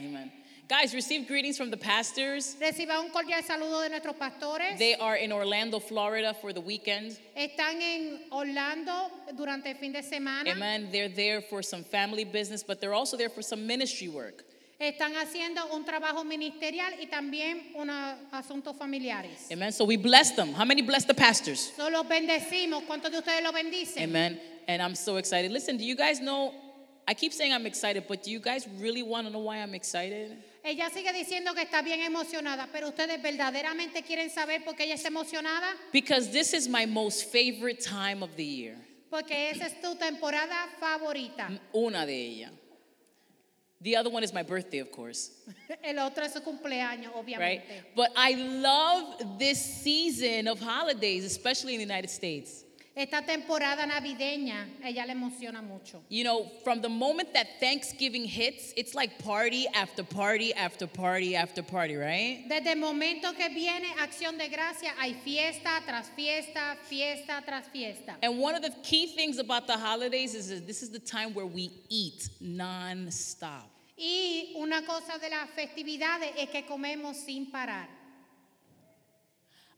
Amen. Guys, receive greetings from the pastors. Reciba un cordial saludo de nuestros pastores. They are in Orlando, Florida for the weekend. Uh-huh. Están en Orlando durante el fin de semana. Amen. They're there for some family business, but they're also there for some ministry work. Están haciendo un trabajo ministerial y también unos asuntos familiares. Amen. So we bless them. How many bless the pastors? So los bendecimos. ¿Cuántos de ustedes los bendicen? Amen. And I'm so excited. Listen, do you guys know? I keep saying I'm excited, but do you guys really want to know why I'm excited? Ella sigue diciendo que está bien emocionada, pero ustedes verdaderamente quieren saber por qué ella está emocionada? Because this is my most favorite time of the year. Porque esa es tu temporada favorita. Una de ella. The other one is my birthday, of course, El otro es su cumpleaños, right? obviamente. But I love this season of holidays, especially in the United States. Esta temporada navideña, a ella le emociona mucho. You know, from the moment that Thanksgiving hits, it's like party after party after party after party, right? Desde el momento que viene Acción de Gracia, hay fiesta tras fiesta, fiesta tras fiesta. And one of the key things about the holidays is that this is the time where we eat nonstop. Y una cosa de las festividades es que comemos sin parar.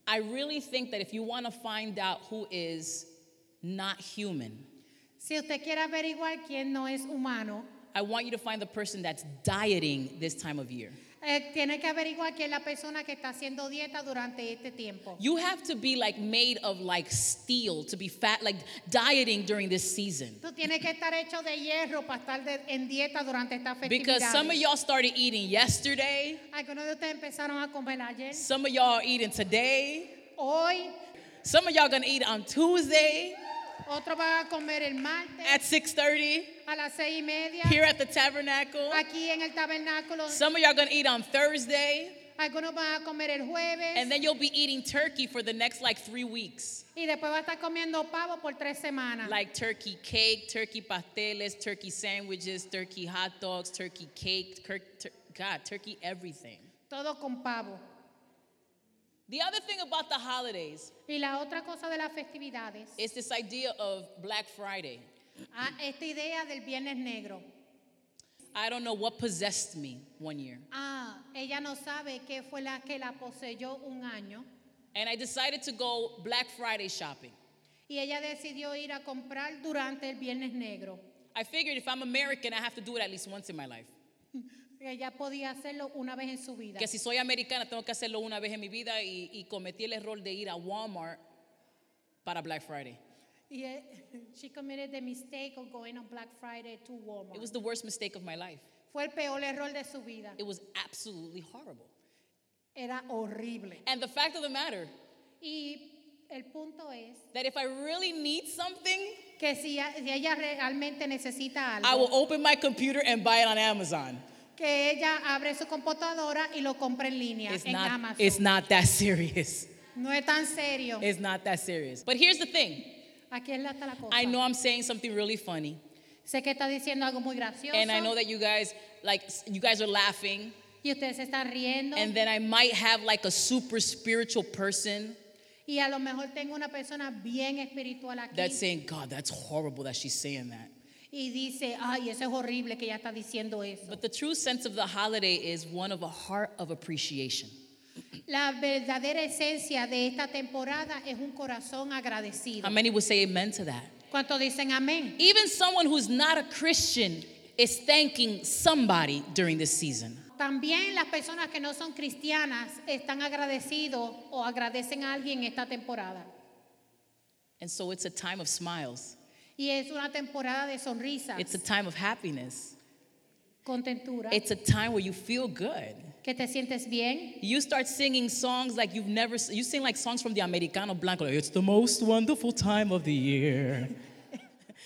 I really think that if you want to find out who is not human, Si usted quiere averiguar quién no es humano, I want you to find the person that's dieting this time of year. eh, tiene que averiguar quién es la persona que está haciendo dieta durante este tiempo. You have to be like made of like steel to be fat, like dieting during this season. Tú tienes que estar hecho de hierro para estar de- en dieta durante esta Because festividad. some of y'all started eating yesterday, Algunos de ustedes empezaron a comer ayer, some of y'all are eating today, hoy, some of y'all gonna eat on Tuesday otros van a comer el martes at 6:30 a las seis y media, here at the tabernacle. aquí en el tabernáculo. Some of y'all gonna eat on Thursday, Algunos van a comer el jueves and then you'll be eating turkey for the next like three weeks. y después va a estar comiendo pavo por tres semanas. Like turkey cake, turkey pasteles, turkey sandwiches, turkey hot dogs, turkey cake, tur- tur- God, turkey everything. todo con pavo. The other thing about the holidays Y la otra cosa de las festividades, is this idea of Black Friday. ah, esta idea del Viernes Negro. I don't know what possessed me one year. Ah, ella no sabe qué fue la que la poseyó un año And I decided to go Black Friday shopping. y ella decidió ir a comprar durante el Viernes Negro. I figured if I'm American, I have to do it at least once in my life. Ella podía hacerlo una vez en su vida. Que si soy americana, tengo que hacerlo una vez en mi vida y, y cometí el error de ir a Walmart para Black Friday. Y eh, she committed the mistake of going on Black Friday to Walmart. It was the worst mistake of my life. fue el peor error de su vida. It was absolutely horrible. Era horrible. And the fact of the matter, Y el punto es that if I really need something, que si, a- si ella realmente necesita I will algo, open my computer and buy it on Amazon. que ella abre su computadora y lo compra en línea It's en not, Amazon. it's not that serious. no es tan serio. It's not that serious. But here's the thing Aquí es la está la cosa. I know I'm saying something really funny, Sé que está diciendo algo muy gracioso and I know that you guys, like, you guys are laughing, y ustedes se están riendo and then I might have like a super spiritual person y a lo mejor tengo una persona bien espiritual aquí that's saying, God, that's horrible that she's saying that. y dice, ay, eso es horrible que ella está diciendo eso. But the true sense of the holiday is one of a heart of appreciation. La verdadera esencia de esta temporada es un corazón agradecido. How many would say amen to that? ¿Cuántos dicen amén? Even someone who's not a Christian is thanking somebody during this season. También las personas que no son cristianas están agradecidos o agradecen a alguien esta temporada. And so it's a time of smiles, Y es una temporada de sonrisas, it's a time of happiness, contentura, it's a time where you feel good. que te sientes bien. You start singing songs like you've never, s- you sing like songs from the Americano Blanco. like, it's the most wonderful time of the year.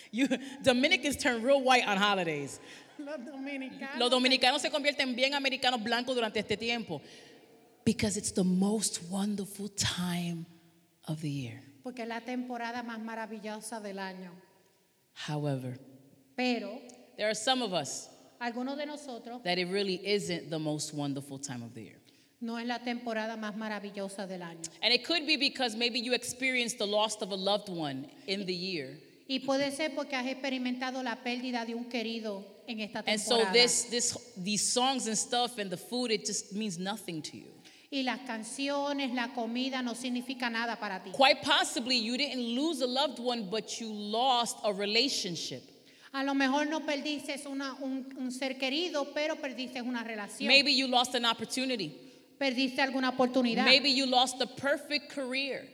you, Dominicans turn real white on holidays. Los dominicanos. Los dominicanos se convierten bien americanos blancos durante este tiempo. Because it's the most wonderful time of the year. Porque es la temporada más maravillosa del año. However, Pero there are some of us algunos de nosotros that it really isn't the most wonderful time of the year. no es la temporada más maravillosa del año. And it could be because maybe you experienced the loss of a loved one in the year. Y puede ser porque has experimentado la pérdida de un querido en esta And so temporada. this, this, these songs and stuff and the food, it just means nothing to you. y las canciones, la comida no significa nada para ti. Quite possibly you didn't lose a loved one, but you lost a relationship. A lo mejor no perdiste una- un, un ser querido, pero perdiste una relación. Maybe you lost an opportunity. perdiste alguna oportunidad. Maybe you lost the perfect career.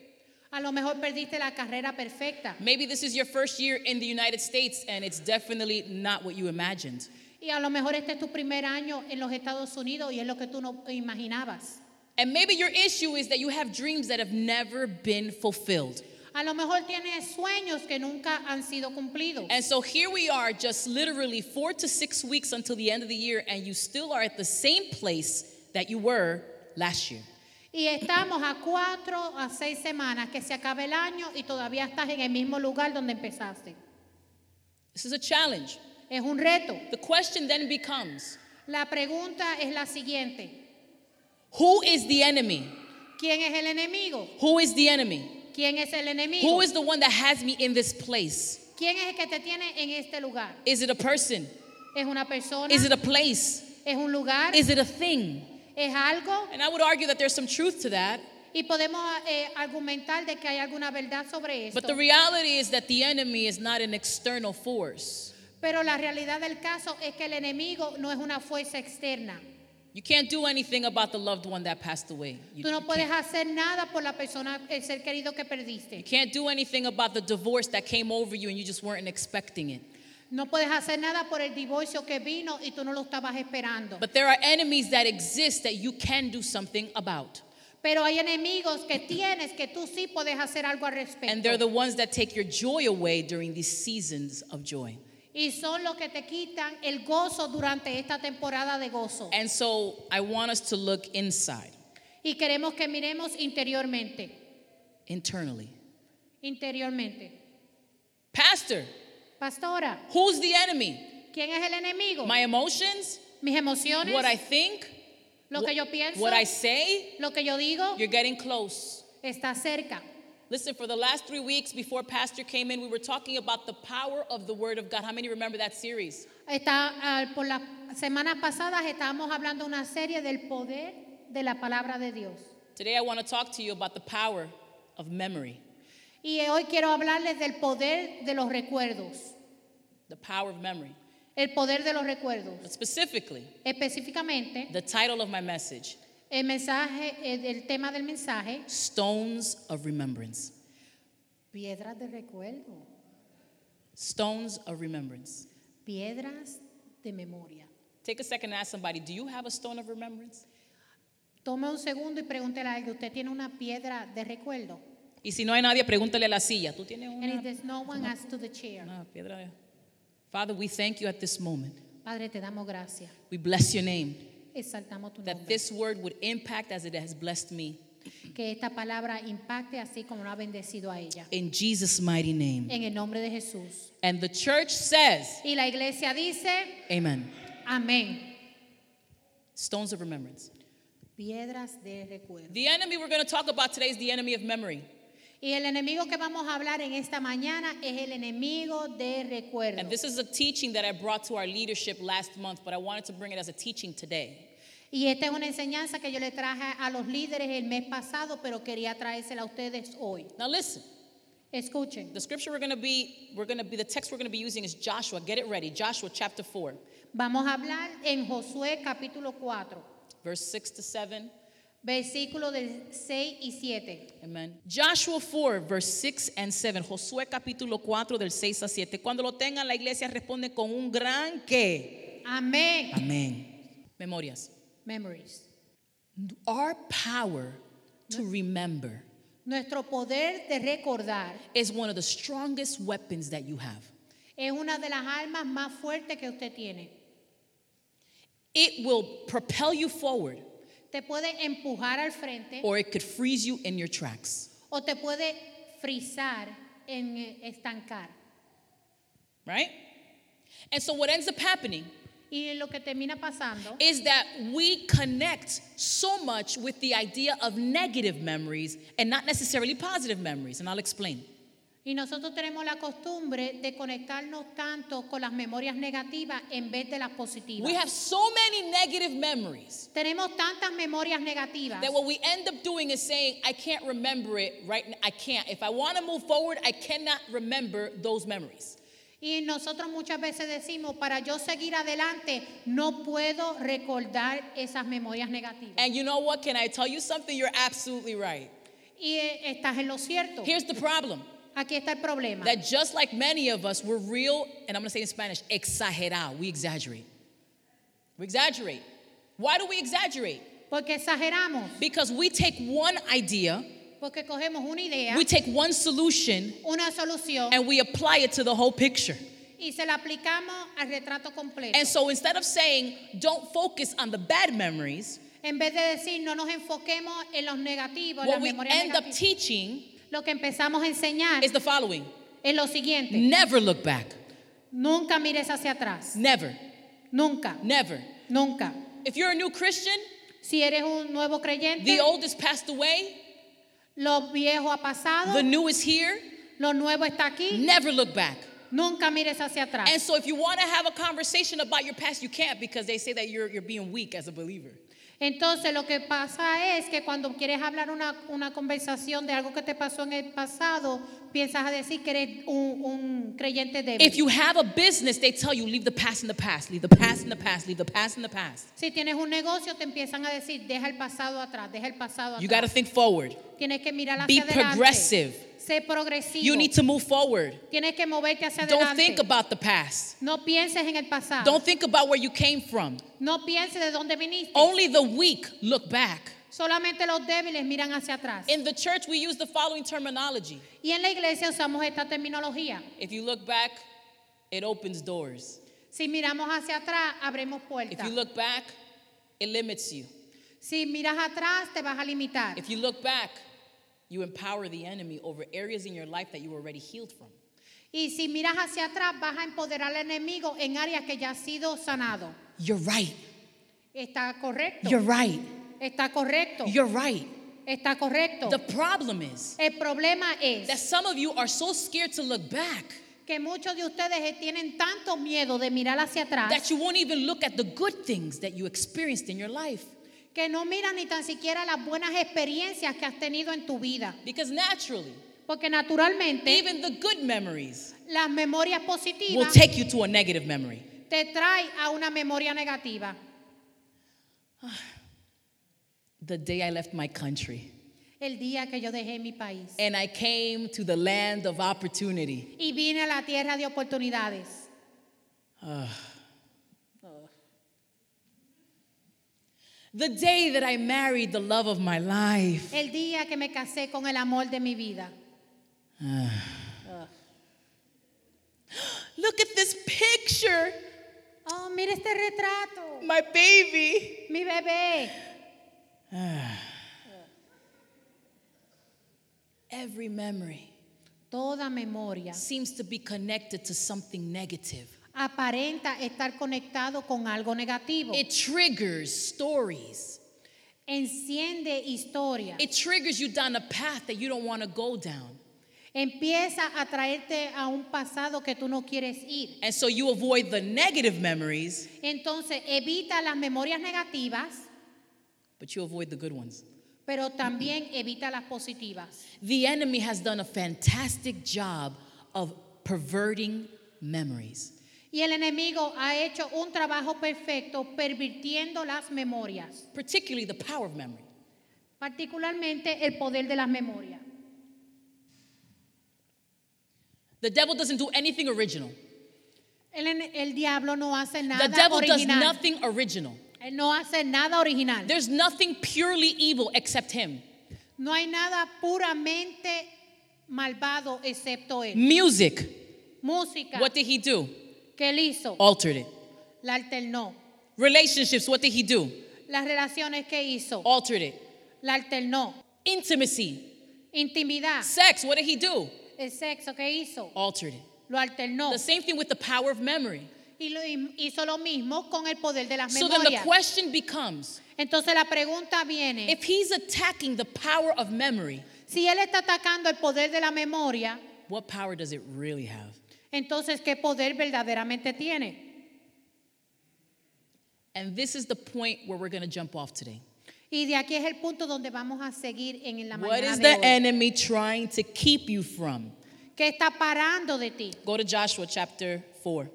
a lo mejor perdiste la carrera perfecta. Maybe this is your first year in the United States and it's definitely not what you imagined. Y a lo mejor este es tu primer año en los Estados Unidos y es lo que tú no imaginabas. And maybe your issue is that you have dreams that have never been fulfilled. A lo mejor tienes sueños que nunca han sido cumplidos. And so here we are, just literally four to six weeks until the end of the year, and you still are at the same place that you were last year. Y estamos a cuatro a seis semanas que se acabe el año y todavía estás en el mismo lugar donde empezaste. This is a challenge. Es un reto. The question then becomes La pregunta es la siguiente. who is the enemy? ¿Quién es el enemigo? Who is the enemy? ¿Quién es el enemigo? Who is the one that has me in this place? ¿Quién es el que te tiene en este lugar? Is it a person? ¿Es una persona? Is it a place? ¿Es un lugar? Is it a thing? ¿Es algo? And I would argue that there's some truth to that. Y podemos eh, argumentar de que hay alguna verdad sobre esto. But the reality is that the enemy is not an external force. Pero la realidad del caso es que el enemigo no es una fuerza externa. You can't do anything about the loved one that passed away. You, Tú no you puedes can't, hacer nada por la persona, el ser querido que perdiste. you can't do anything about the divorce that came over you and you just weren't expecting it. No puedes hacer nada por el divorcio que vino y tú no lo estabas esperando. But there are enemies that exist that you can do something about. Pero hay enemigos que tienes que tú sí puedes hacer algo al And they're the respecto. ones that take your joy away during these seasons of joy. Y son los que te quitan el gozo durante esta temporada de gozo. And so I want us to look inside, Y queremos que miremos interiormente, internally. interiormente. Pastor, Pastora, who's the enemy? ¿quién es el enemigo? My emotions? Mis emociones, What I think? lo que yo pienso, What I say? lo que yo digo, You're getting close. está cerca. Listen, for the last three weeks before Pastor came in, we were talking about the power of the Word of God. How many remember that series? Está, ah, por las semanas pasadas estábamos hablando una serie del poder de la palabra de Dios. Today, I want to talk to you about the power of memory, Y hoy quiero hablarles del poder de los recuerdos. the power of memory. El poder de los recuerdos. But specifically, Específicamente, the title of my message el mensaje, el, el tema del mensaje, Stones of Remembrance. piedras de recuerdo, Stones of Remembrance. piedras de memoria. Take a second and ask somebody, do you have a stone of remembrance? Tome un segundo y pregúntele a alguien, ¿usted tiene una piedra de recuerdo? Y si no hay nadie, pregúntale a la silla. ¿Tú tienes And if una, there's no one, ask to the chair. una piedra? de- Father, we thank you at this moment. Padre, te damos gracias. We bless your name. Exaltamos tu that nombre. this word would impact as it has blessed me. Que esta palabra impacte así como nos ha bendecido a ella. In Jesus' mighty name. En el nombre de Jesús. And the church says, Y la iglesia dice, Amen. amén. Stones of remembrance. Piedras de recuerdo. The enemy we're going to talk about today is the enemy of memory. Y el enemigo que vamos a hablar en esta mañana es el enemigo de recuerdo. And this is a teaching that I brought to our leadership last month, but I wanted to bring it as a teaching today. Y esta es una enseñanza que yo le traje a los líderes el mes pasado, pero quería traérsela a ustedes hoy. Now listen, Escuchen, the scripture we're going to be we're going to be the text we're going to be using is Joshua. Get it ready. Joshua chapter 4, vamos a hablar en Josué capítulo 4, verse 6 to 7. versículos de 6 y 7. Amén. Joshua 4, verse 6 and 7. Josué capítulo 4 del 6 a 7. Cuando lo tengan, la iglesia responde con un gran que. Amén. Amén. Memorias. Memories. Our power to remember Nuestro poder de recordar is one of the strongest weapons that you have. es una de las armas más fuertes que usted tiene. It will propel you forward Te puede empujar al frente or it could freeze you in your tracks, o te puede frizar en eh, estancar. right? And so, what ends up happening Y lo que termina pasando is that we connect so much with the idea of negative memories and not necessarily positive memories, and I'll explain. Y nosotros tenemos la costumbre de conectarnos tanto con las memorias negativas en vez de las positivas. We have so many negative memories tenemos tantas memorias negativas that what we end up doing is saying, I can't remember it right now. I can't. If I want to move forward, I cannot remember those memories. y nosotros muchas veces decimos, para yo seguir adelante, no puedo recordar esas memorias negativas. And you know what? Can I tell you something? You're absolutely right. Y eh, estás en lo cierto. Here's the problem Aquí está el problema. that just like many of us, we're real, and I'm going to say in Spanish, exagerado. We exaggerate. We exaggerate. Why do we exaggerate? Porque exageramos, Because we take one idea, porque cogemos una idea, we take one solution, una solución and we apply it to the whole picture. y se la aplicamos al retrato completo. And so instead of saying, don't focus on the bad memories, En vez de decir no nos enfoquemos en los negativos, en what las we memorias end up negativas, teaching lo que empezamos a enseñar is the following es lo siguiente. never look back. Nunca mires hacia atrás. Never, Nunca, never. nunca. If you're a new Christian, Si eres un nuevo creyente, the old is passed away, lo viejo ha pasado, the new is here, lo nuevo está aquí. never look back. Nunca mires hacia atrás. And so if you want to have a conversation about your past, you can't because they say that you're, you're being weak as a believer. Entonces lo que pasa es que cuando quieres hablar una, una conversación de algo que te pasó en el pasado, piensas a decir que eres un, un creyente If débil. you have a business, they tell you leave the past in the past, leave the past in the past, leave the past in the past. Si tienes un negocio, te empiezan a decir, deja el pasado atrás, deja el pasado You got to atrás. think forward. Tienes que mirar Be hacia adelante. progressive. Sé progresivo. You need to move forward. Tienes que moverte hacia Don't adelante. think about the past. no pienses en el pasado. Don't think about where you came from. no pienses de dónde viniste. Only the weak look back. Solamente los débiles miran hacia atrás. In the church, we use the following terminology. y en la iglesia usamos esta terminología. If you look back, it opens doors. Si miramos hacia atrás, abremos If puertas. you look back, it limits you. Si miras atrás, te vas a limitar. If you look back, you empower the enemy over areas in your life that you were already healed from. y si miras hacia atrás, vas a empoderar al enemigo en áreas que ya ha sido sanado. You're right. Está correcto. You're right. Está correcto. You're right. Está correcto. The problem is el problema es that some of you are so scared to look back que muchos de ustedes eh, tienen tanto miedo de mirar hacia atrás that you won't even look at the good things that you experienced in your life. que no miran ni tan siquiera las buenas experiencias que has tenido en tu vida. Because naturally, Porque naturalmente even the good memories las memorias will positivas take you to a negative memory. te traen a una memoria negativa. The day I left my country El día que yo dejé mi país and I came to the land of opportunity, y vine a la tierra de oportunidades. the day that I married the love of my life, El día que me casé con el amor de mi vida. look at this picture, Oh, mira este retrato. my baby. Mi bebé. Every memory Toda memoria seems to be connected to something negative. aparenta estar conectado con algo negativo. It triggers stories. Enciende historia. It triggers you down a path that you don't want to go down. Empieza a traerte a un pasado que tú no quieres ir. And so you avoid the negative memories, Entonces evita las memorias negativas, but you avoid the good ones. pero también evita las positivas. The enemy has done a fantastic job of perverting memories. Y el enemigo ha hecho un trabajo perfecto pervirtiendo las memorias, particularly the power of memory. particularmente el poder de las memorias. The devil doesn't do anything original. El, en- el diablo no hace The nada devil original. does nothing original. Él no hace nada original. There's nothing purely evil except him. no hay nada puramente malvado excepto él. Music, Música, what did he do? que él hizo, Altered it. la alternó. Relationships, what did he do? Las relaciones que hizo, Altered it. la alternó. Intimacy, Intimidad, sex, what did he do? el sexo que hizo, Altered it. lo alternó. The same thing with the power of memory. Y lo hi- hizo lo mismo con el poder de las So then the memorias. question becomes Entonces la pregunta viene, if he's attacking the power of memory, si él está atacando el poder de la memoria, what power does it really have? Entonces, ¿qué poder verdaderamente tiene? And this is the point where we're going to jump off today. Y de aquí es el punto donde vamos a seguir en la What mañana is de the hoy. enemy trying to keep you from? ¿Qué está parando de ti? Go to Joshua chapter 4.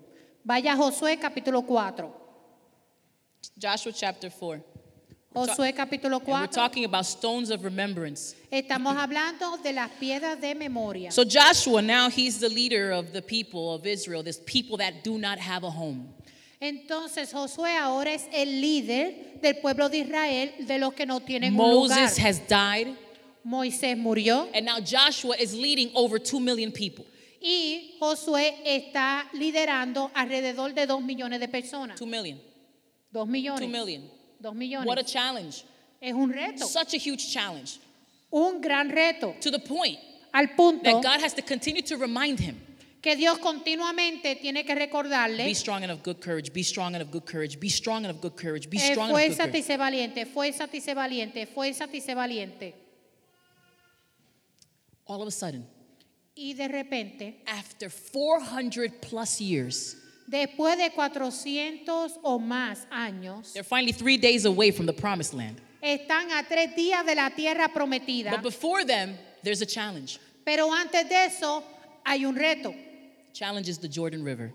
Vaya a Josué capítulo 4. Joshua chapter 4. Josué capítulo And we're 4. talking about stones of remembrance. Estamos hablando de las piedras de memoria. So Joshua, now he's the leader of the people of Israel, this people that do not have a home. Entonces Josué ahora es el líder del pueblo de Israel, de los que no tienen un lugar. Moses has died, Moisés murió and now Joshua is leading over 2 million people. y Josué está liderando alrededor de dos millones de personas. 2 million. Dos 2 millones. million. Dos What a millones. challenge. Es un reto. Such a huge challenge. Un gran reto. To the point Al punto that God has to continue to remind him que Dios continuamente tiene que recordarle be strong and of good courage, be strong and of good courage, be strong and of good courage, be Eh, strong and of good Fuérzate y courage. sé valiente, fuérzate y sé valiente, fuérzate y sé valiente. All of a sudden, Y de repente, after 400 plus years, después de 400 o más años, they're finally three days away from the promised land. están a tres días de la tierra prometida. But before them, there's a challenge. Pero antes de eso, hay un reto. Challenge is the Jordan River.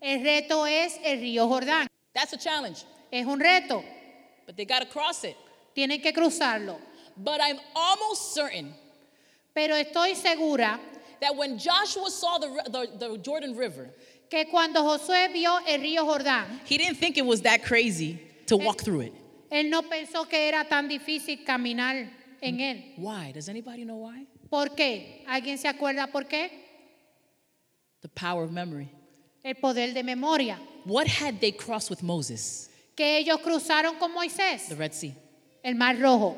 El reto es el río Jordán. That's a challenge, Es un reto. but they got to cross it. Tienen que cruzarlo. But I'm almost certain Pero estoy segura that when Joshua saw the, the, the Jordan River, que cuando Josué vio el río Jordán, he didn't think it was that crazy to walk through it. él no pensó que era tan difícil caminar en él. Why? Does anybody know why? ¿Por qué? ¿Alguien se acuerda por qué? The power of memory. el poder de memoria What had they crossed with Moses? que ellos cruzaron con Moisés, The Red Sea. el Mar Rojo,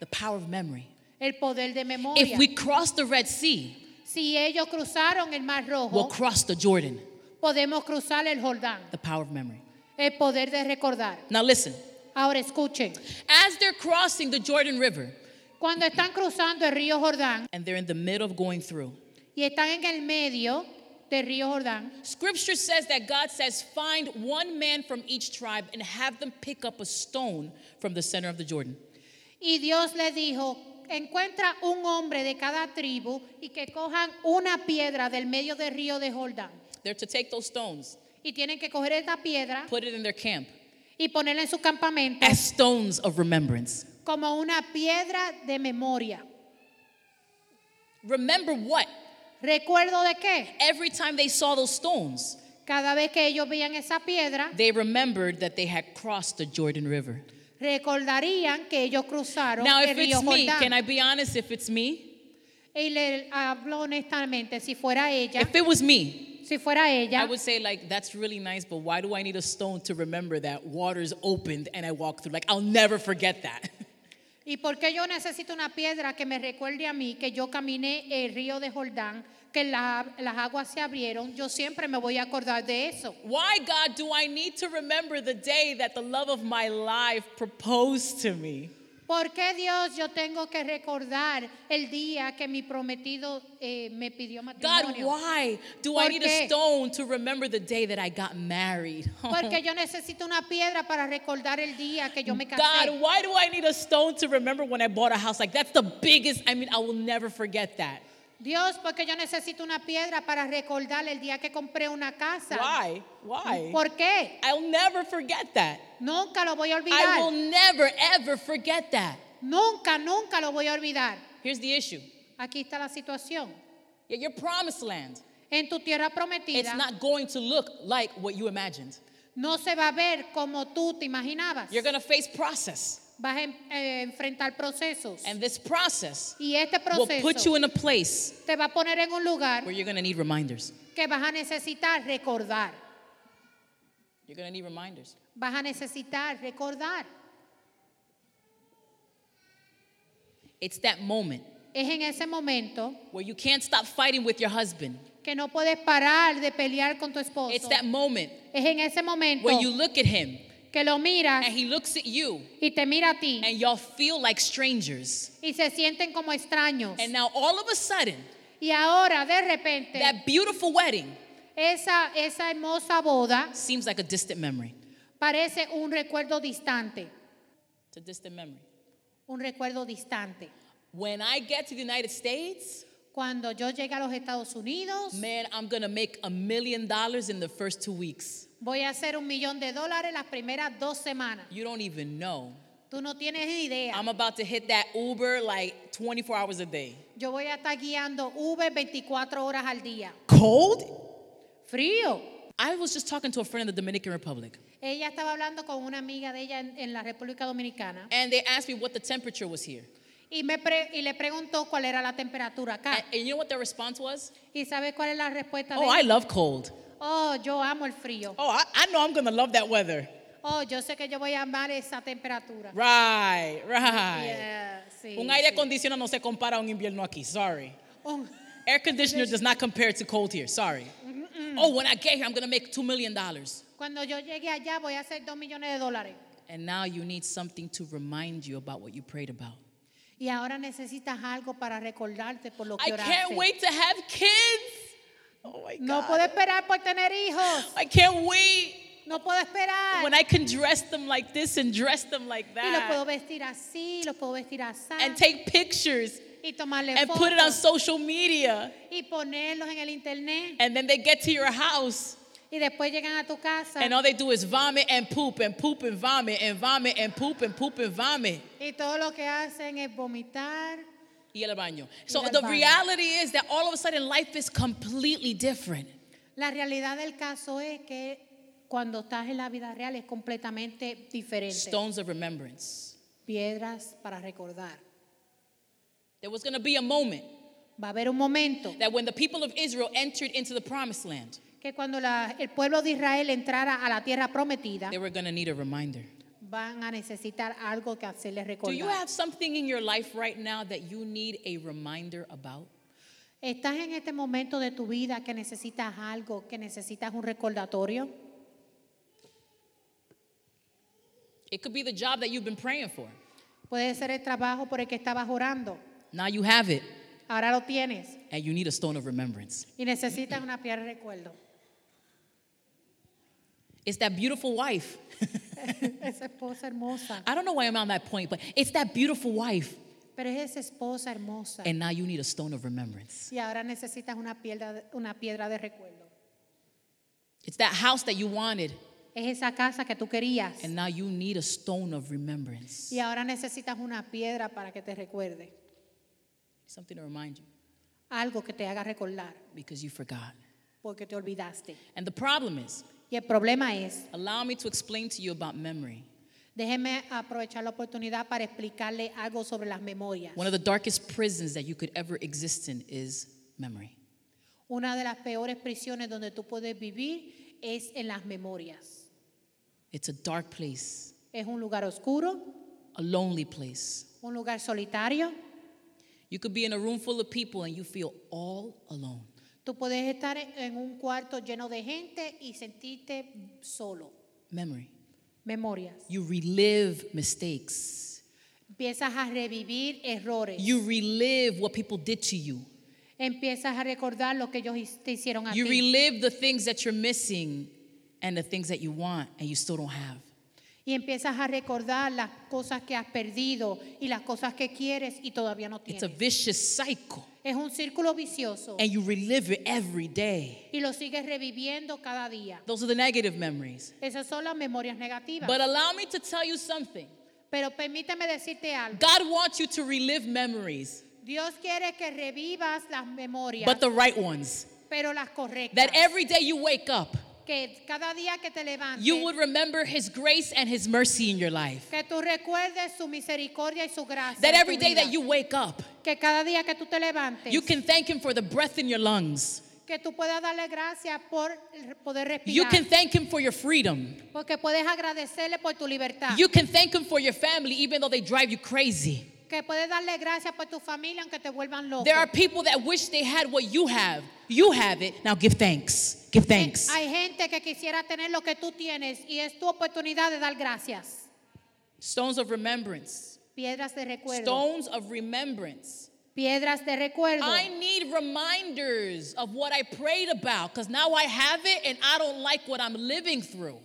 The power of memory. el poder de memoria. If we cross the Red Sea, Uh-huh. si ellos cruzaron el Mar we'll Rojo, cross the Jordan. podemos cruzar el Jordán, The power of memory. el poder de recordar. Now listen. Ahora escuchen, As they're crossing the Jordan River, cuando están cruzando el río Jordán and they're in the middle of going through, y están en el medio del río Jordán, Scripture says that God says, find one man from each tribe and have them pick up a stone from the center of the Jordan. y Dios les dijo, encuentra un hombre de cada tribu y que cojan una piedra del medio del río de Jordán. They're to take those stones, Y tienen que coger esta piedra put it in their camp y ponerla en su campamento. as stones of remembrance. como una piedra de memoria. Remember what? ¿Recuerdo de qué? Every time they saw those stones, Cada vez que ellos veían esa piedra, they remembered that they had crossed the Jordan River. recordarían que ellos cruzaron Now, el if río it's me, Jordán. can I be honest? If it's me, Y le hablo honestamente, si fuera ella, if it was me, si fuera ella, I would say, like, that's really nice, but why do I need a stone to remember that waters opened and I walked through? Like, I'll never forget that. ¿y por qué yo necesito una piedra que me recuerde a mí que yo caminé el río de Jordán, que la- las aguas se abrieron? Yo siempre me voy a acordar de eso. Why, God, do I need to remember the day that the love of my life proposed to me? ¿Por qué Dios yo tengo que recordar el día que mi prometido eh, me pidió God, matrimonio? why do I ¿Por need qué? a stone to remember the day that I got married? Porque yo necesito una piedra para recordar el día que yo me casé. God, why do I need a stone to remember when I bought a house? Like, that's the biggest, I mean, I will never forget that. Dios, porque yo necesito una piedra para recordar el día que compré una casa. Why? Why? ¿Por qué? I'll never forget that. Nunca lo voy a I olvidar. will never, ever forget that. Nunca, nunca lo voy a olvidar. Here's the issue Aquí está la situación. Yeah, your promised land, En tu tierra it's prometida not going to look like what you imagined. no se va a ver como tú te imaginabas. You're going to face process. Vas a en- eh, enfrentar procesos. And this process Y este will put proceso you in a place te va a poner en un lugar where you're going to need reminders. que vas a necesitar recordar. You're going to need reminders. Vas a necesitar recordar. It's that moment Es en ese momento where you can't stop fighting with your husband. que no puedes parar de pelear con tu esposo. It's that moment es en ese momento where you look at him que lo miras and he looks at you y te mira a ti and y'all feel like strangers. y se sienten como extraños. And now all of a sudden, Y ahora, de repente, That beautiful wedding esa, esa hermosa boda seems like a distant memory. parece un recuerdo distante. It's a distant memory. Un recuerdo distante. When I get to the United States, Cuando yo llegue a los Estados Unidos, man, I'm gonna make a million dollars in the first two weeks. voy a hacer un millón de dólares las primeras dos semanas. You don't even know. Tú no tienes ni idea. I'm about to hit that Uber like 24 hours a day. Yo voy a estar guiando Uber 24 horas al día. Cold? Frío. I was just talking to a friend in the Dominican Republic, Ella estaba hablando con una amiga de ella en, en la República Dominicana and they asked me what the temperature was here. y, me pre- y le preguntó cuál era la temperatura And, acá. and you know what their response was? ¿Y sabes cuál es la respuesta de Eh. Oh, I ella? love cold. Oh, yo amo el frío. Oh, I, I know I'm gonna love that weather. Oh, yo sé que yo voy a amar esa temperatura. Right, right. Yeah, sí, Un aire sí. acondicionado no se compara a un invierno aquí. Sorry. Un- Air conditioner does not compare to cold here. Sorry. Oh, when I get here, I'm gonna make two million dollars. Cuando yo llegue allá voy a hacer dos millones de dólares. And now you need something to remind you about what you prayed about. Y ahora necesitas algo para recordarte por lo I que can't oraste. wait to have kids. Oh my God. No puedo esperar por tener hijos. I can't wait No puedo esperar. when I can dress them like this and dress them like Y los puedo that vestir así, los puedo vestir así. and take pictures y tomarle and put it on fotos. social media. Y ponerlos en el internet. And then they get to your house Y después llegan a tu casa. and all they do is vomit and poop and poop and vomit and vomit and poop and poop and vomit. Y todo lo que hacen es vomitar. Y el baño. So al the baño. reality is that all of a sudden life is completely different. La realidad del caso es que cuando estás en la vida real es completamente diferente. Stones of remembrance. Piedras para recordar. There was going to be a moment Va a haber un momento that when the people of Israel entered into the promised land, que cuando la- el pueblo de Israel entrara a la tierra prometida, they were going to need a reminder. van a necesitar algo que hacerles Do you recordar. have something in your life right now that you need a reminder about? ¿Estás en este momento de tu vida que necesitas algo, que necesitas un recordatorio? It could be the job that you've been praying for. Puede ser el trabajo por el que estabas orando. Now you have it, Ahora lo tienes and you need a stone of remembrance. y necesitas una piedra de recuerdo. It's that beautiful wife. Esa esposa hermosa. I don't know why I'm on that point, but it's that beautiful wife, Pero es esa esposa hermosa. and now you need a stone of remembrance. Y ahora necesitas una piedra, una piedra de recuerdo. It's that house that you wanted, Es esa casa que tú querías. and now you need a stone of remembrance. Y ahora necesitas una piedra para que te recuerde. Something to remind you Algo que te haga recordar because you forgot. porque te olvidaste. And the problem is, Y el problema es, allow me to explain to you about memory. déjeme aprovechar la oportunidad para explicarle algo sobre las memorias. One of the darkest prisons that you could ever exist in is memory. Una de las peores prisiones donde tú puedes vivir es en las memorias. It's a dark place, Es un lugar oscuro, a lonely place. un lugar solitario. You could be in a room full of people and you feel all alone. Tú puedes estar en- en un cuarto lleno de gente y sentirte solo. Memory. Memorias. You relive mistakes. Empiezas a revivir errores. You relive what people did to you. Empiezas a recordar lo que ellos his- te hicieron a You ti. relive the things that you're missing and the things that you want and you still don't have. Y empiezas a recordar las cosas que has perdido y las cosas que quieres y todavía no It's a tienes. vicious cycle Es un círculo vicioso and you relive it every day. y lo sigues reviviendo cada día. Those are the negative memories. Esas son las memorias negativas. But allow me to tell you something. Pero permíteme decirte algo. God wants you to relive memories, Dios quiere que revivas las memorias, but the right ones. pero las correctas. That every day you wake up, que cada día que te levantes, you would remember His grace and His mercy in your life. que tú recuerdes su misericordia y su gracia. That en tu every day vida. that you wake up, que cada día que tú te levantes, you can thank Him for the breath in your lungs. que tú puedas darle gracias por el poder You respirar. can thank Him for your freedom. porque puedes agradecerle por tu libertad. You can thank Him for your family, even though they drive you crazy. que puedes darle gracias por tu familia aunque te vuelvan loco. There are people that wish they had what you have. You have it. Now give thanks. Give thanks. Hay gente que quisiera tener lo que tú tienes y es tu oportunidad de dar gracias. Stones of remembrance. Piedras de recuerdo. Stones of remembrance. Piedras de recuerdo. I need need reminders of what I prayed about because now I have it and I don't like what I'm living through.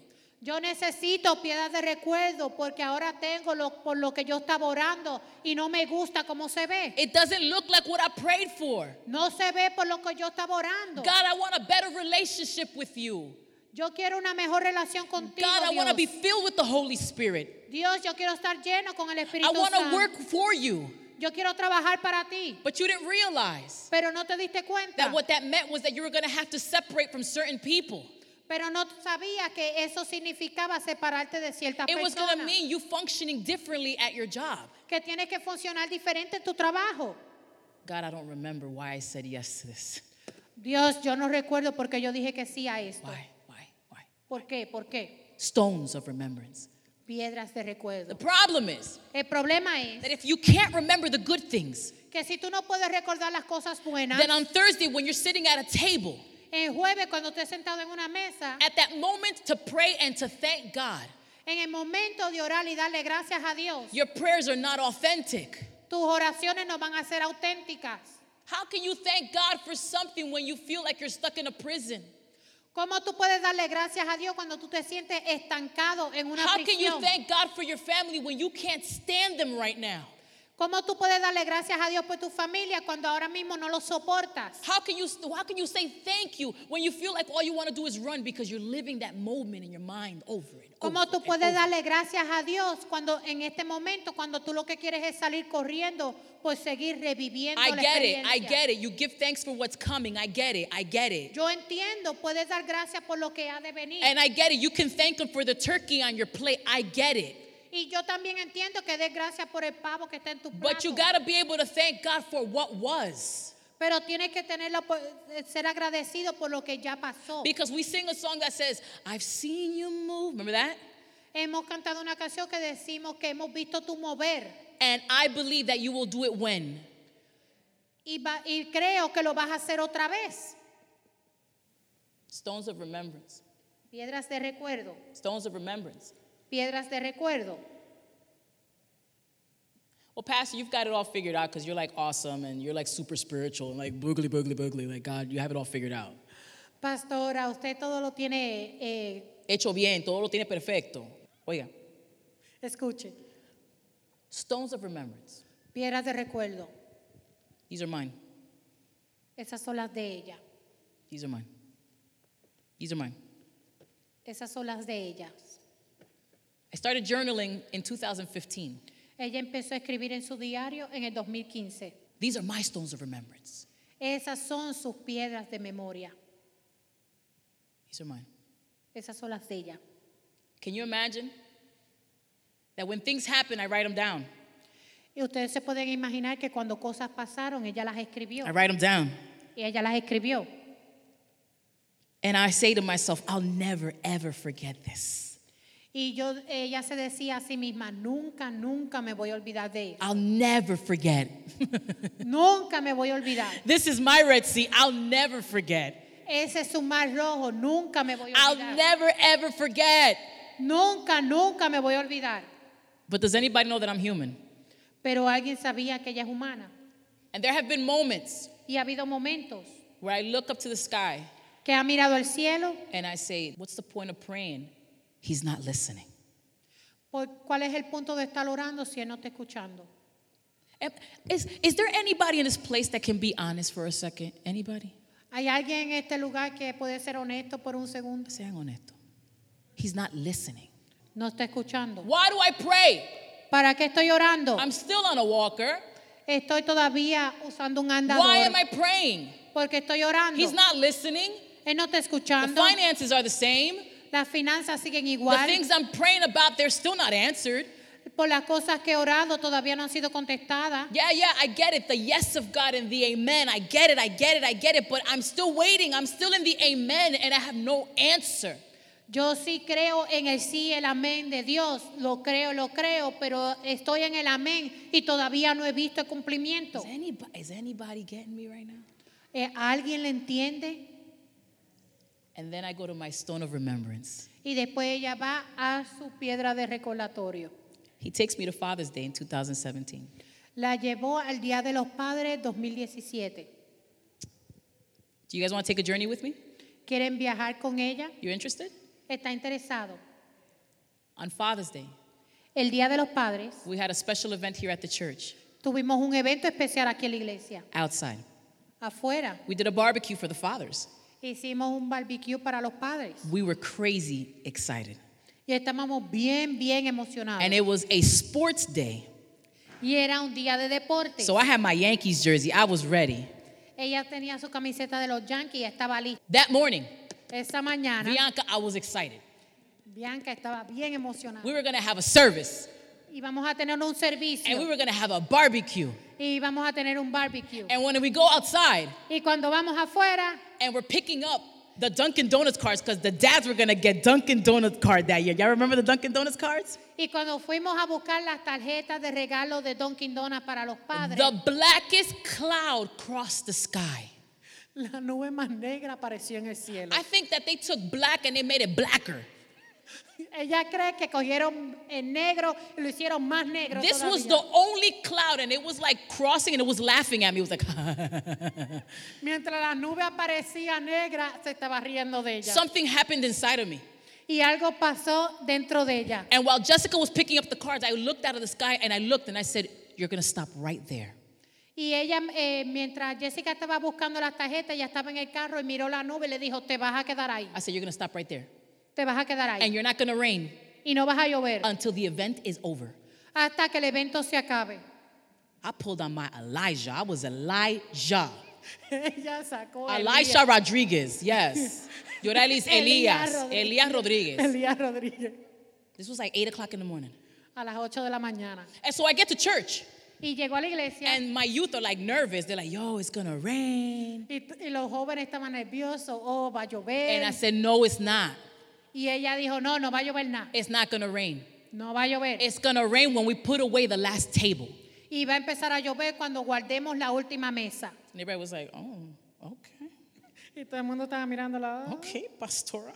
Yo necesito piedad de recuerdo porque ahora tengo lo, por lo que yo estaba orando y no me gusta cómo se ve. It doesn't look like what I prayed for. No se ve por lo que yo estaba orando. God, I want a better relationship with you. Yo quiero una mejor relación contigo. God, I want to be Dios. filled with the Holy Spirit. Dios, yo quiero estar lleno con el I Espíritu want to Santo. work for you. Yo quiero trabajar para ti, But you didn't realize pero no te diste cuenta. that what that meant was that you were going to have to separate from certain people. Pero no sabía que eso significaba separarte de ciertas It was going to personas. mean you functioning differently at your job. Que tienes que funcionar diferente en tu trabajo. God, I don't remember why I said yes to this. Dios, yo no recuerdo porque yo dije que sí a esto. Why? Why? Why? ¿Por qué? ¿Por qué? Stones of remembrance. Piedras de The recuerdo. problem is El problema es that if you can't remember the good things, que si tú no puedes recordar las cosas buenas, then on Thursday when you're sitting at a table, el jueves cuando estés sentado en una mesa, at that moment to pray and to thank God, en el momento de orar y darle gracias a Dios, your prayers are not authentic. tus oraciones no van a ser auténticas. How can you thank God for something when you feel like you're stuck in a prison? ¿Cómo tú puedes darle gracias a Dios cuando tú te sientes estancado en una How can you prisión? thank God for your family when you can't stand them right now? ¿Cómo tú puedes darle gracias a Dios por tu familia cuando ahora mismo no lo soportas? How can you how can you say thank you when you feel like all you want to do is run because you're living that moment in your mind over and over? ¿Cómo tú and puedes over? darle gracias a Dios cuando en este momento, cuando tú lo que quieres es salir corriendo por seguir reviviendo I la get it. I experiencia? get it. You give thanks for what's coming. I get it. I get it. Yo entiendo, puedes dar gracias por lo que ha de venir. And I get it. You can thank him for the turkey on your plate. I get it. y yo también entiendo que des gracias por el pavo que está en tu plato. But you got to be able to thank God for what was. Pero tienes que tenerlo por- eh, ser agradecido por lo que ya pasó. Because we sing a song that says, I've seen you move. Remember that? hemos cantado una canción que decimos que hemos visto tu mover And I believe that you will do it when? y, va- y creo que lo vas a hacer otra vez. Stones of remembrance. Piedras de recuerdo, Stones of remembrance. piedras de recuerdo. Well, Pastor, you've got it all figured out because you're like awesome and you're like super spiritual and like boogly, boogly, boogly. Like, God, you have it all figured out. Pastora, usted todo lo tiene, eh, Hecho bien, todo lo tiene perfecto. Oiga, escuche, stones of remembrance. piedras de recuerdo. These are mine. Esas son las de ella, These are mine. These are mine. esas son las de ella. I started journaling in 2015. Ella empezó a escribir en su diario en el 2015. These are my stones of remembrance. Esas son sus piedras de memoria, These are mine. esas son las de ella. Can you imagine that when things happen, I write them down? Y ustedes se pueden imaginar que cuando cosas pasaron, ella las escribió. I write them down. Y ella las escribió. And I say to myself, I'll never, ever forget this. Y yo, ella se decía a sí misma, nunca, nunca me voy a olvidar de eso. I'll never forget. Nunca me voy a olvidar. this is my Red Sea. I'll never forget. Ese es un mar rojo, nunca me voy a I'll olvidar. never, ever forget. Nunca, nunca me voy a olvidar. But does anybody know that I'm human? Pero alguien sabía que ella es humana. And there have been moments Y ha habido momentos where I look up to the sky que ha mirado al cielo. and I say, What's the point of praying? He's not listening. ¿Por ¿Cuál es el punto de estar orando si él no está escuchando? Am- Eh, Is, is there anybody in this place that can be honest for a second? Anybody? ¿Hay alguien en este lugar que puede ser honesto por un segundo? Sean honesto. He's not listening. No está escuchando. Why do I pray? ¿Para qué estoy orando? I'm still on a walker. Estoy todavía usando un andador. Why am I praying? Porque estoy orando. He's not listening. Él no está The escuchando. finances are the same. Las finanzas siguen The igual. things I'm praying about, they're still not answered. Por las cosas que he orado todavía no han sido contestadas. Yeah, yeah, I get it. The yes of God and the amen. I get it, I get it, I get it. But I'm still waiting. I'm still in the amen and I have no answer. Yo sí creo en el sí, el amén de Dios. Lo creo, lo creo, pero estoy en el amén y todavía no he visto el cumplimiento. Is anybody, is anybody getting me right now? Eh, ¿a ¿Alguien le entiende? And then I go to my stone of remembrance. Y después ella va a su piedra de recordatorio. He takes me to Father's Day in 2017. La llevó al Día de los Padres 2017. Do you guys want to take a journey with me? ¿Quieren viajar con ella? You interested? ¿Está interesado? On Father's Day, El Día de los Padres we had a special event here at the church tuvimos un evento especial aquí en la iglesia, outside. afuera. We did a barbecue for the fathers. Hicimos un barbecue para los padres We were crazy excited. y estábamos bien, bien emocionados. And it was a sports day. Y era un día de deporte. So I had my Yankees jersey. I was ready. ella tenía su camiseta de los Yankees y estaba lista. That morning, Esa mañana, Bianca, I was excited. Bianca estaba bien emocionada. We were going to have a service y vamos a tener un servicio. and we were going to have a barbecue. y vamos a tener un barbecue. And when we go outside y cuando vamos afuera, and we're picking up the Dunkin' Donuts cards because the dads were going to get Dunkin' Donut card that year. Y'all remember the Dunkin' Donuts cards? y cuando fuimos a buscar las tarjetas de regalo de Dunkin' Donuts para los padres, The blackest cloud crossed the sky. la nube más negra apareció en el cielo. I think that they took black and they made it blacker. Ella cree que cogieron el negro y lo hicieron más negro. This was todavía. the only cloud, and it was like crossing, and it was laughing at me. It was like Mientras la nube aparecía negra, se estaba riendo de ella. something happened inside of me. y algo pasó dentro de ella. And while Jessica was picking up the cards, I looked out of the sky and I looked and I said, "You're gonna stop right there." Y ella, eh, mientras Jessica estaba buscando las tarjetas, ella estaba en el carro y miró la nube y le dijo, te vas a quedar ahí, I said, "You're gonna stop right there, te vas a quedar and ahí. you're not gonna rain Y no vas a llover until the event is over." hasta que el evento se acabe. I pulled on my Elijah. I was Elijah. ella sacó a Elisha Rodriguez. Yes. Yorelis Elías Elias. Rodríguez. Elias Rodriguez. Elías Rodríguez This was like eight o'clock in the morning. a las 8 de la mañana. And so I get to church, Y llegó a la iglesia and my youth are like nervous. They're like, "Yo, it's gonna rain." y, t- y los jóvenes estaban nerviosos, oh, va a llover. And I said, No, it's not. y ella dijo, no, no va a llover nada, It's not gonna rain. no va a llover. It's gonna rain when we put away the last table. y va a empezar a llover cuando guardemos la última mesa. And everybody was like, Oh, okay. Y todo el mundo estaba "Oh, mirando la... Okay, Pastora.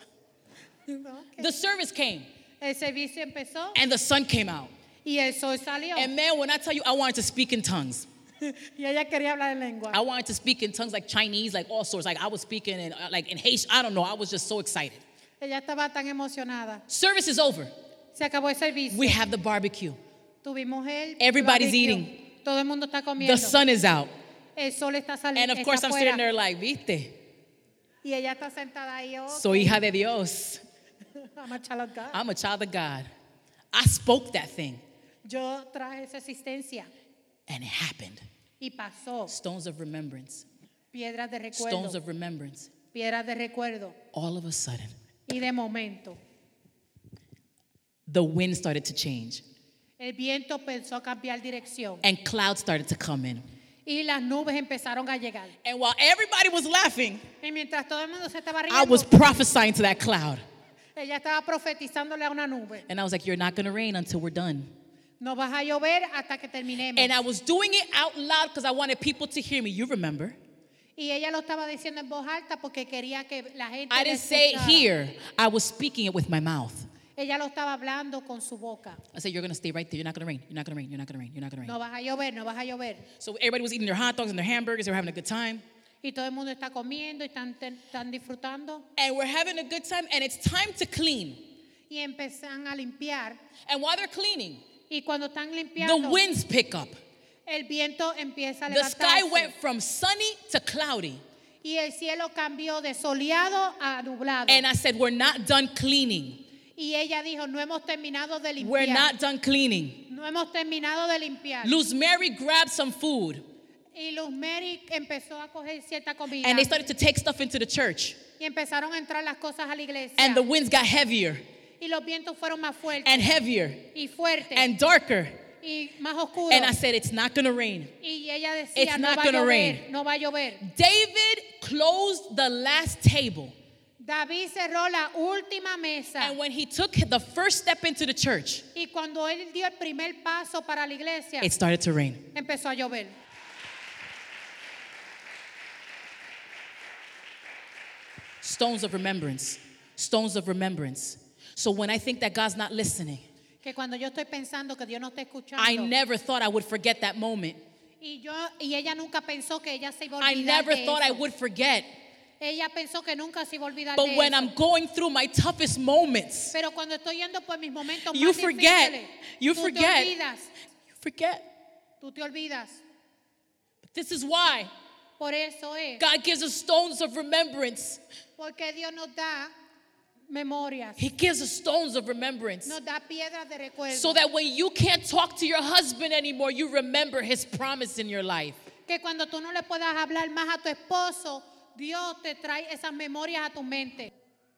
The service came El servicio empezó and the sun came out. y el sol salió. And man, when I tell you, I wanted to speak in tongues. Y ella quería hablar en lengua. I wanted to speak in tongues like Chinese, like all sorts. Like I was speaking in uh, like in Haitian. I don't know. I was just so excited. Ella estaba tan emocionada. Service is over. Se acabó el servicio. We have the barbecue. Tuvimos el Everybody's barbecue. eating. Todo el mundo está The comiendo. sun is out. el sol está And saliendo. of course, I'm sitting there like, viste, Y ella está sentada ahí. Oh, soy hija de Dios. I'm a child of God. I'm a child of God. I spoke that thing Yo traje esa existencia and it happened. y pasó. Stones of remembrance, Piedras de recuerdo. stones of remembrance. piedras de recuerdo. All of a sudden, Y de momento, the wind started to change el viento empezó a cambiar dirección and clouds started to come in. y las nubes empezaron a llegar. And while everybody was laughing, Y mientras todo el mundo se estaba riendo, I was prophesying to that cloud. ella estaba profetizándole a una nube. And I was like, You're not gonna rain until we're done. No vas a llover hasta que terminemos. And I was doing it out loud because I wanted people to hear me. You remember? Y ella lo estaba diciendo en voz alta porque quería que la gente. I lo didn't say it escuchara. here, I was speaking it with my mouth. Ella lo estaba hablando con su boca. I said, You're gonna stay right there. You're not gonna rain. You're not gonna rain. You're not gonna rain. You're not gonna rain. No vas a llover, no vas a llover. So everybody was eating their hot dogs and their hamburgers. They were having a good time. Y todo el mundo está comiendo y están, te- están disfrutando. And we're having a good time, and it's time to clean. Y empiezan a limpiar. And while they're cleaning, Y cuando están the limpiando, winds pick up. el viento empieza a The sky levantarse. went from sunny to cloudy. Y el cielo cambió de soleado a nublado. And I said, We're not done cleaning. y ella dijo, no hemos terminado de We're limpiar. not done cleaning. No hemos terminado de limpiar. Luz Mary grabbed some food y Luz Mary empezó a coger cierta comida. and they started to take stuff into the church. Y empezaron a entrar las cosas a la iglesia. And the winds got heavier y los vientos fueron más fuertes and heavier y fuertes and darker. y más oscuros. And I said, It's not gonna rain. y ella decía, It's no not va, a gonna llover, rain." no va a llover. David closed the last table. David cerró la última mesa. And when he took the first step into the church, y cuando él dio el primer paso para la iglesia, it started to rain. empezó a llover. Stones of remembrance. Stones of remembrance. So when I think that God's not listening, Que cuando yo estoy pensando que Dios no está escuchando. I never thought I would forget that moment. y, yo, y ella nunca pensó que ella se iba a I olvidar never de thought I eso. would forget Ella pensó que nunca se iba a olvidar But de when eso. I'm going through my toughest moments, Pero cuando estoy yendo por mis momentos You más forget. difíciles, You tú forget. te olvidas, you forget. tú te olvidas. This is why Por eso es, God gives us stones of remembrance. porque Dios nos da memorias, He gives us stones of remembrance. nos da piedras de recuerdo. So that when you can't talk to your husband anymore, you remember his promise in your life. que cuando tú no le puedas hablar más a tu esposo, Dios te trae esas memorias a tu mente.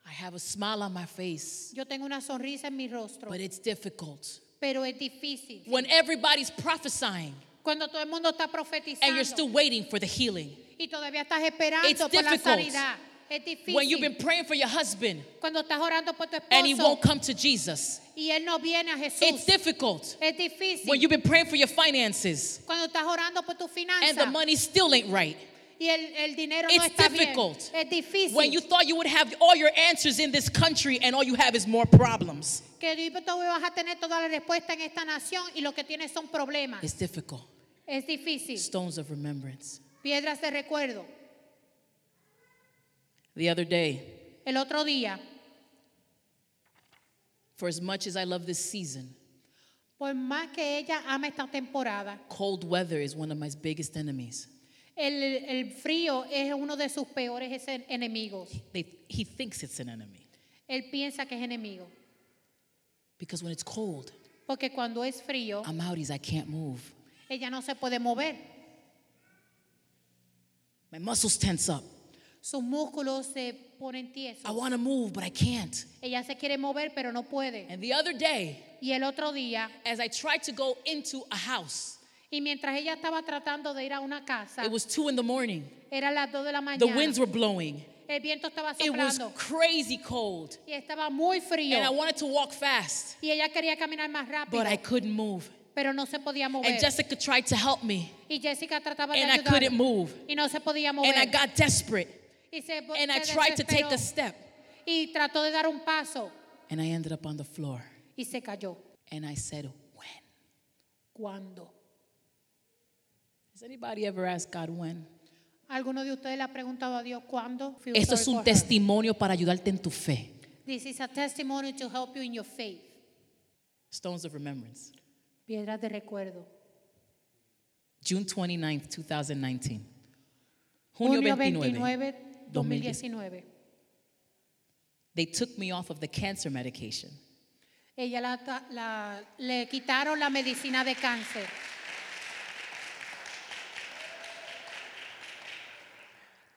I have a smile on my face, Yo tengo una sonrisa en mi rostro, but it's difficult. pero es difícil. When everybody's prophesying Cuando todo el mundo está and profetizando you're still waiting for the healing. y todavía estás esperando It's por la difficult. sanidad, es When you've been difícil. praying for your husband Cuando estás orando por tu and he won't esposo come to Jesus. y él no viene a Jesús, It's difficult. es difícil. When you've been praying for your finances Cuando estás orando por tu and the finanzas money still ain't right. y el, el dinero no It's está difficult. bien, es difícil. When you thought you would have all your answers in this country and all you have is more problems. que tú vas a tener toda la respuesta en esta nación y lo que tienes son problemas. It's difficult. Es difícil. Stones of remembrance. Piedras de recuerdo. The other day, El otro día, for as much as I love this season, por más que ella ama esta temporada, cold weather is one of my biggest enemies. el, el frío es uno de sus peores ese- enemigos. They, he thinks it's an enemy Él piensa que es enemigo. because when it's cold, Porque cuando es frío, I'm outies, I can't move. ella no se puede mover. My muscles tense up. Sus músculos se ponen I tiesos. want to move, but I can't. Ella se quiere mover, pero no puede. And the other day, Y el otro día, as I tried to go into a house, y mientras ella estaba tratando de ir a una casa, it was two in the morning. eran las 2 de la The mañana. winds were blowing. el viento estaba It was soplando. crazy cold. Y estaba muy frío. And I wanted to walk fast, Y ella quería caminar más rápido, but I couldn't move. pero no se podía mover. And Jessica tried to help me, y Jessica trataba de and I ayudar couldn't move. y no se podía mover. And I got desperate, y se, vo- and I se tried to take a desesperó. step, y trató de dar un paso and I ended up on the floor. y se cayó. And I said, When? ¿Cuándo? Has anybody ever asked God when? ¿Alguno de ustedes le ha preguntado a Dios cuándo? Feel Esto es sorry un for her. testimonio para ayudarte en tu fe. This is a testimony to help you in your faith. Stones of Remembrance, Piedras de recuerdo. June 29th, 2019. Junio Junio 29. 29, 2019. 2019. They took me off of the cancer medication. Ella la ta- la- le quitaron la medicina de cáncer.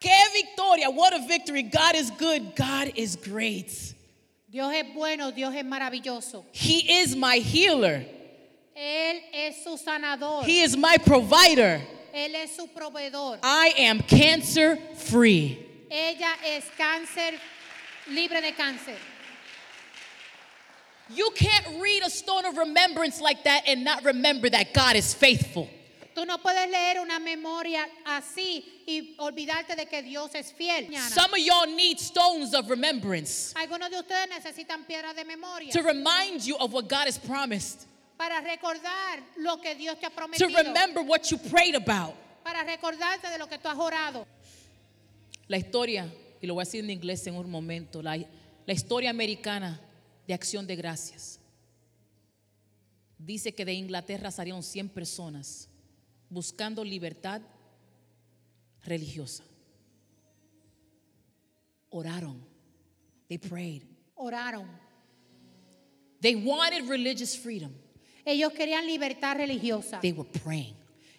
Que victoria! What a victory! God is good. God is great. Dios es bueno, Dios es maravilloso. He is my healer. Él es su sanador. He is my provider. Él es su proveedor. I am cancer free. Ella es cáncer, libre de cáncer. You can't read a stone of remembrance like that and not remember that God is faithful. Tú no puedes leer una memoria así y olvidarte de que Dios es fiel. Mañana. Some of y'all need stones of remembrance Algunos de ustedes necesitan piedras de memoria to remind you of what God has promised, para recordar lo que Dios te ha to prometido, remember what you prayed about. para recordarte de lo que tú has orado. La historia, y lo voy a decir en inglés en un momento, la, la historia americana de acción de gracias. Dice que de Inglaterra salieron 100 personas buscando libertad religiosa. Oraron. They prayed. Oraron. They wanted religious freedom. Ellos querían libertad religiosa They were praying.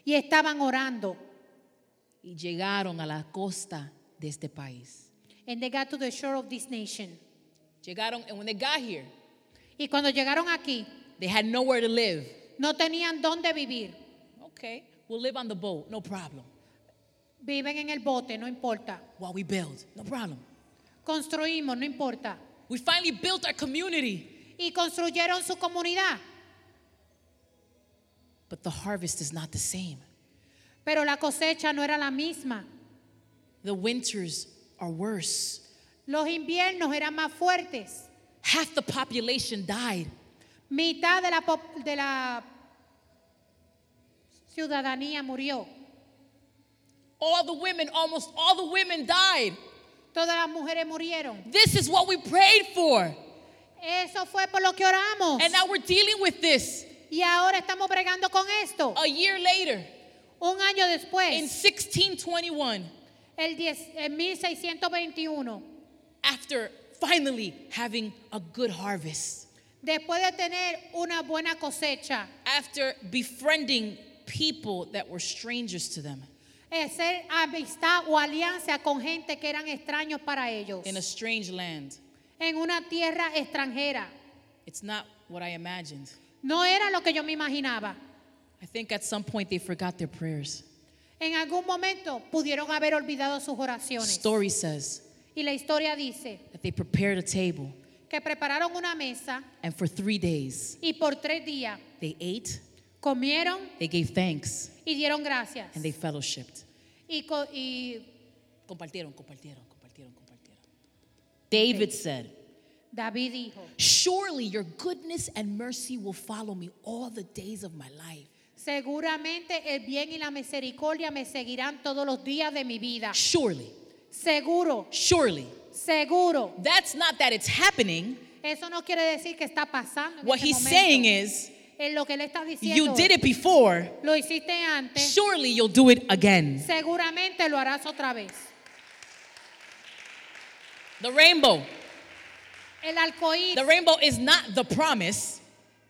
y estaban orando. Y llegaron a la costa de este país. And they got to the shore of this nation. Llegaron, and when they got here, Y cuando llegaron aquí, they had nowhere to live. no tenían dónde vivir. Okay, we'll live on the boat, no problem. Viven en el bote, no importa. While we build, no problem. Construimos, no importa. We finally built our community, Y construyeron su comunidad, but the harvest is not the same. pero la cosecha no era la misma. The winters are worse. Los inviernos eran más fuertes. Half the population died. Mitad de la, pop- de la ciudadanía murió. All the women, almost all the women died. Todas las mujeres murieron. This is what we prayed for. Eso fue por lo que oramos. And now we're dealing with this Y ahora estamos bregando con esto. a year later Un año in después, 1621 el 10 en 1621, after finally having a good harvest, después de tener una buena cosecha, after befriending people that were strangers to them hacer amistad o alianza con gente que eran extraños para ellos, in a strange land. en una tierra extranjera. It's not what I imagined. No era lo que yo me imaginaba. I think at some point they forgot their prayers. En algún momento pudieron haber olvidado sus oraciones. Story says Y la historia dice that they prepared a table que prepararon una mesa and for three days y por tres días they ate, comieron they gave thanks, y dieron gracias. and they fellowshipped. Y, co- y Compartieron, compartieron, compartieron, compartieron. David said, David dijo, Surely your goodness and mercy will follow me all the days of my life. seguramente el bien y la misericordia me seguirán todos los días de mi vida. Surely, Seguro, surely. seguro. That's not that it's happening. Eso no quiere decir que está pasando. En What este he's momento. saying is, Es lo que él está diciendo. you did it before, Lo hiciste antes. surely you'll do it again. Seguramente lo harás otra vez. The rainbow. El arcoíris, The rainbow is not the promise.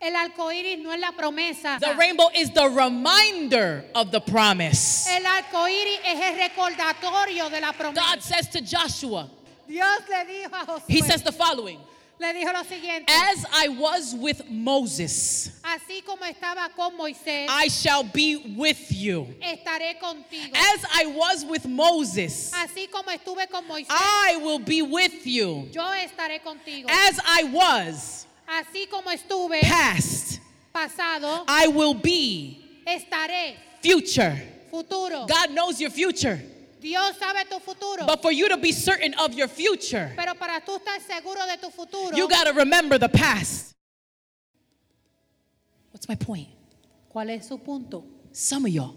el arcoíris no es la promesa. The rainbow is the reminder of the promise. El arcoíris es el recordatorio de la promesa. God says to Joshua, Dios le dijo a Josué, He says the following le dijo lo siguiente, As I was with Moses, así como estaba con Moisés, I shall be with you. estaré contigo. As I was with Moses, Así como estuve con Moisés, I will be with you. yo estaré contigo. As I was Así como estuve past, pasado, I will be estaré future. futuro. God knows your future. Dios sabe tu futuro. But for you to be certain of your future, Pero para tú estar seguro de tu futuro, you got to remember the past. What's my point? ¿cuál es su punto? Some of y'all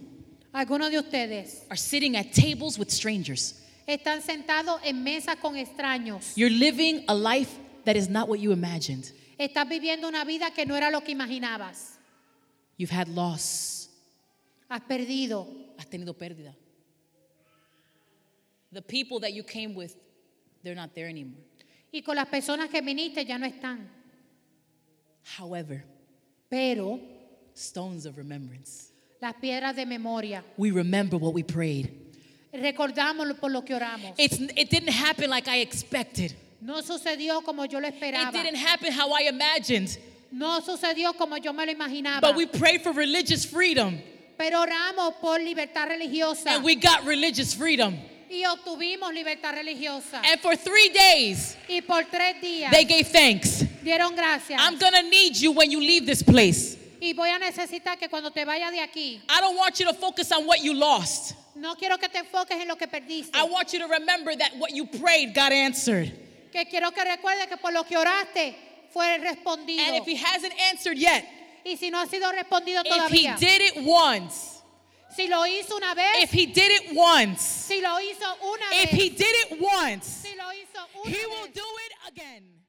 Algunos de ustedes are sitting at tables with strangers. están sentados en mesas con extraños. You're living a life that is not what you imagined. Estás viviendo una vida que no era lo que imaginabas. You've had loss. Has perdido. Has tenido pérdida. The people that you came with, they're not there anymore. Y con las personas que viniste ya no están. However, Pero stones of remembrance. las piedras de memoria. We remember what we prayed. Recordamos lo- por lo que oramos. It's, it didn't happen like I expected. No sucedió como yo lo It esperaba. didn't happen how I imagined. No sucedió como yo me lo imaginaba. But we prayed for religious freedom, Pero oramos por libertad religiosa. and we got religious freedom. Y obtuvimos libertad religiosa. And for three days, Y por tres días they gave thanks. dieron gracias. I'm gonna need you when you leave this place. Y voy a necesitar que cuando te vayas de aquí, I don't want you to focus on what you lost. no quiero que te enfoques en lo que perdiste. I want you to remember that what you prayed got answered. Que quiero que recuerdes que por lo que oraste fue respondido. And if he hasn't answered yet, Y si no ha sido respondido if he todavía, did it once, si lo hizo una vez, if he did it once, si lo hizo una if vez, he did it once, si lo hizo una he vez, will do it again.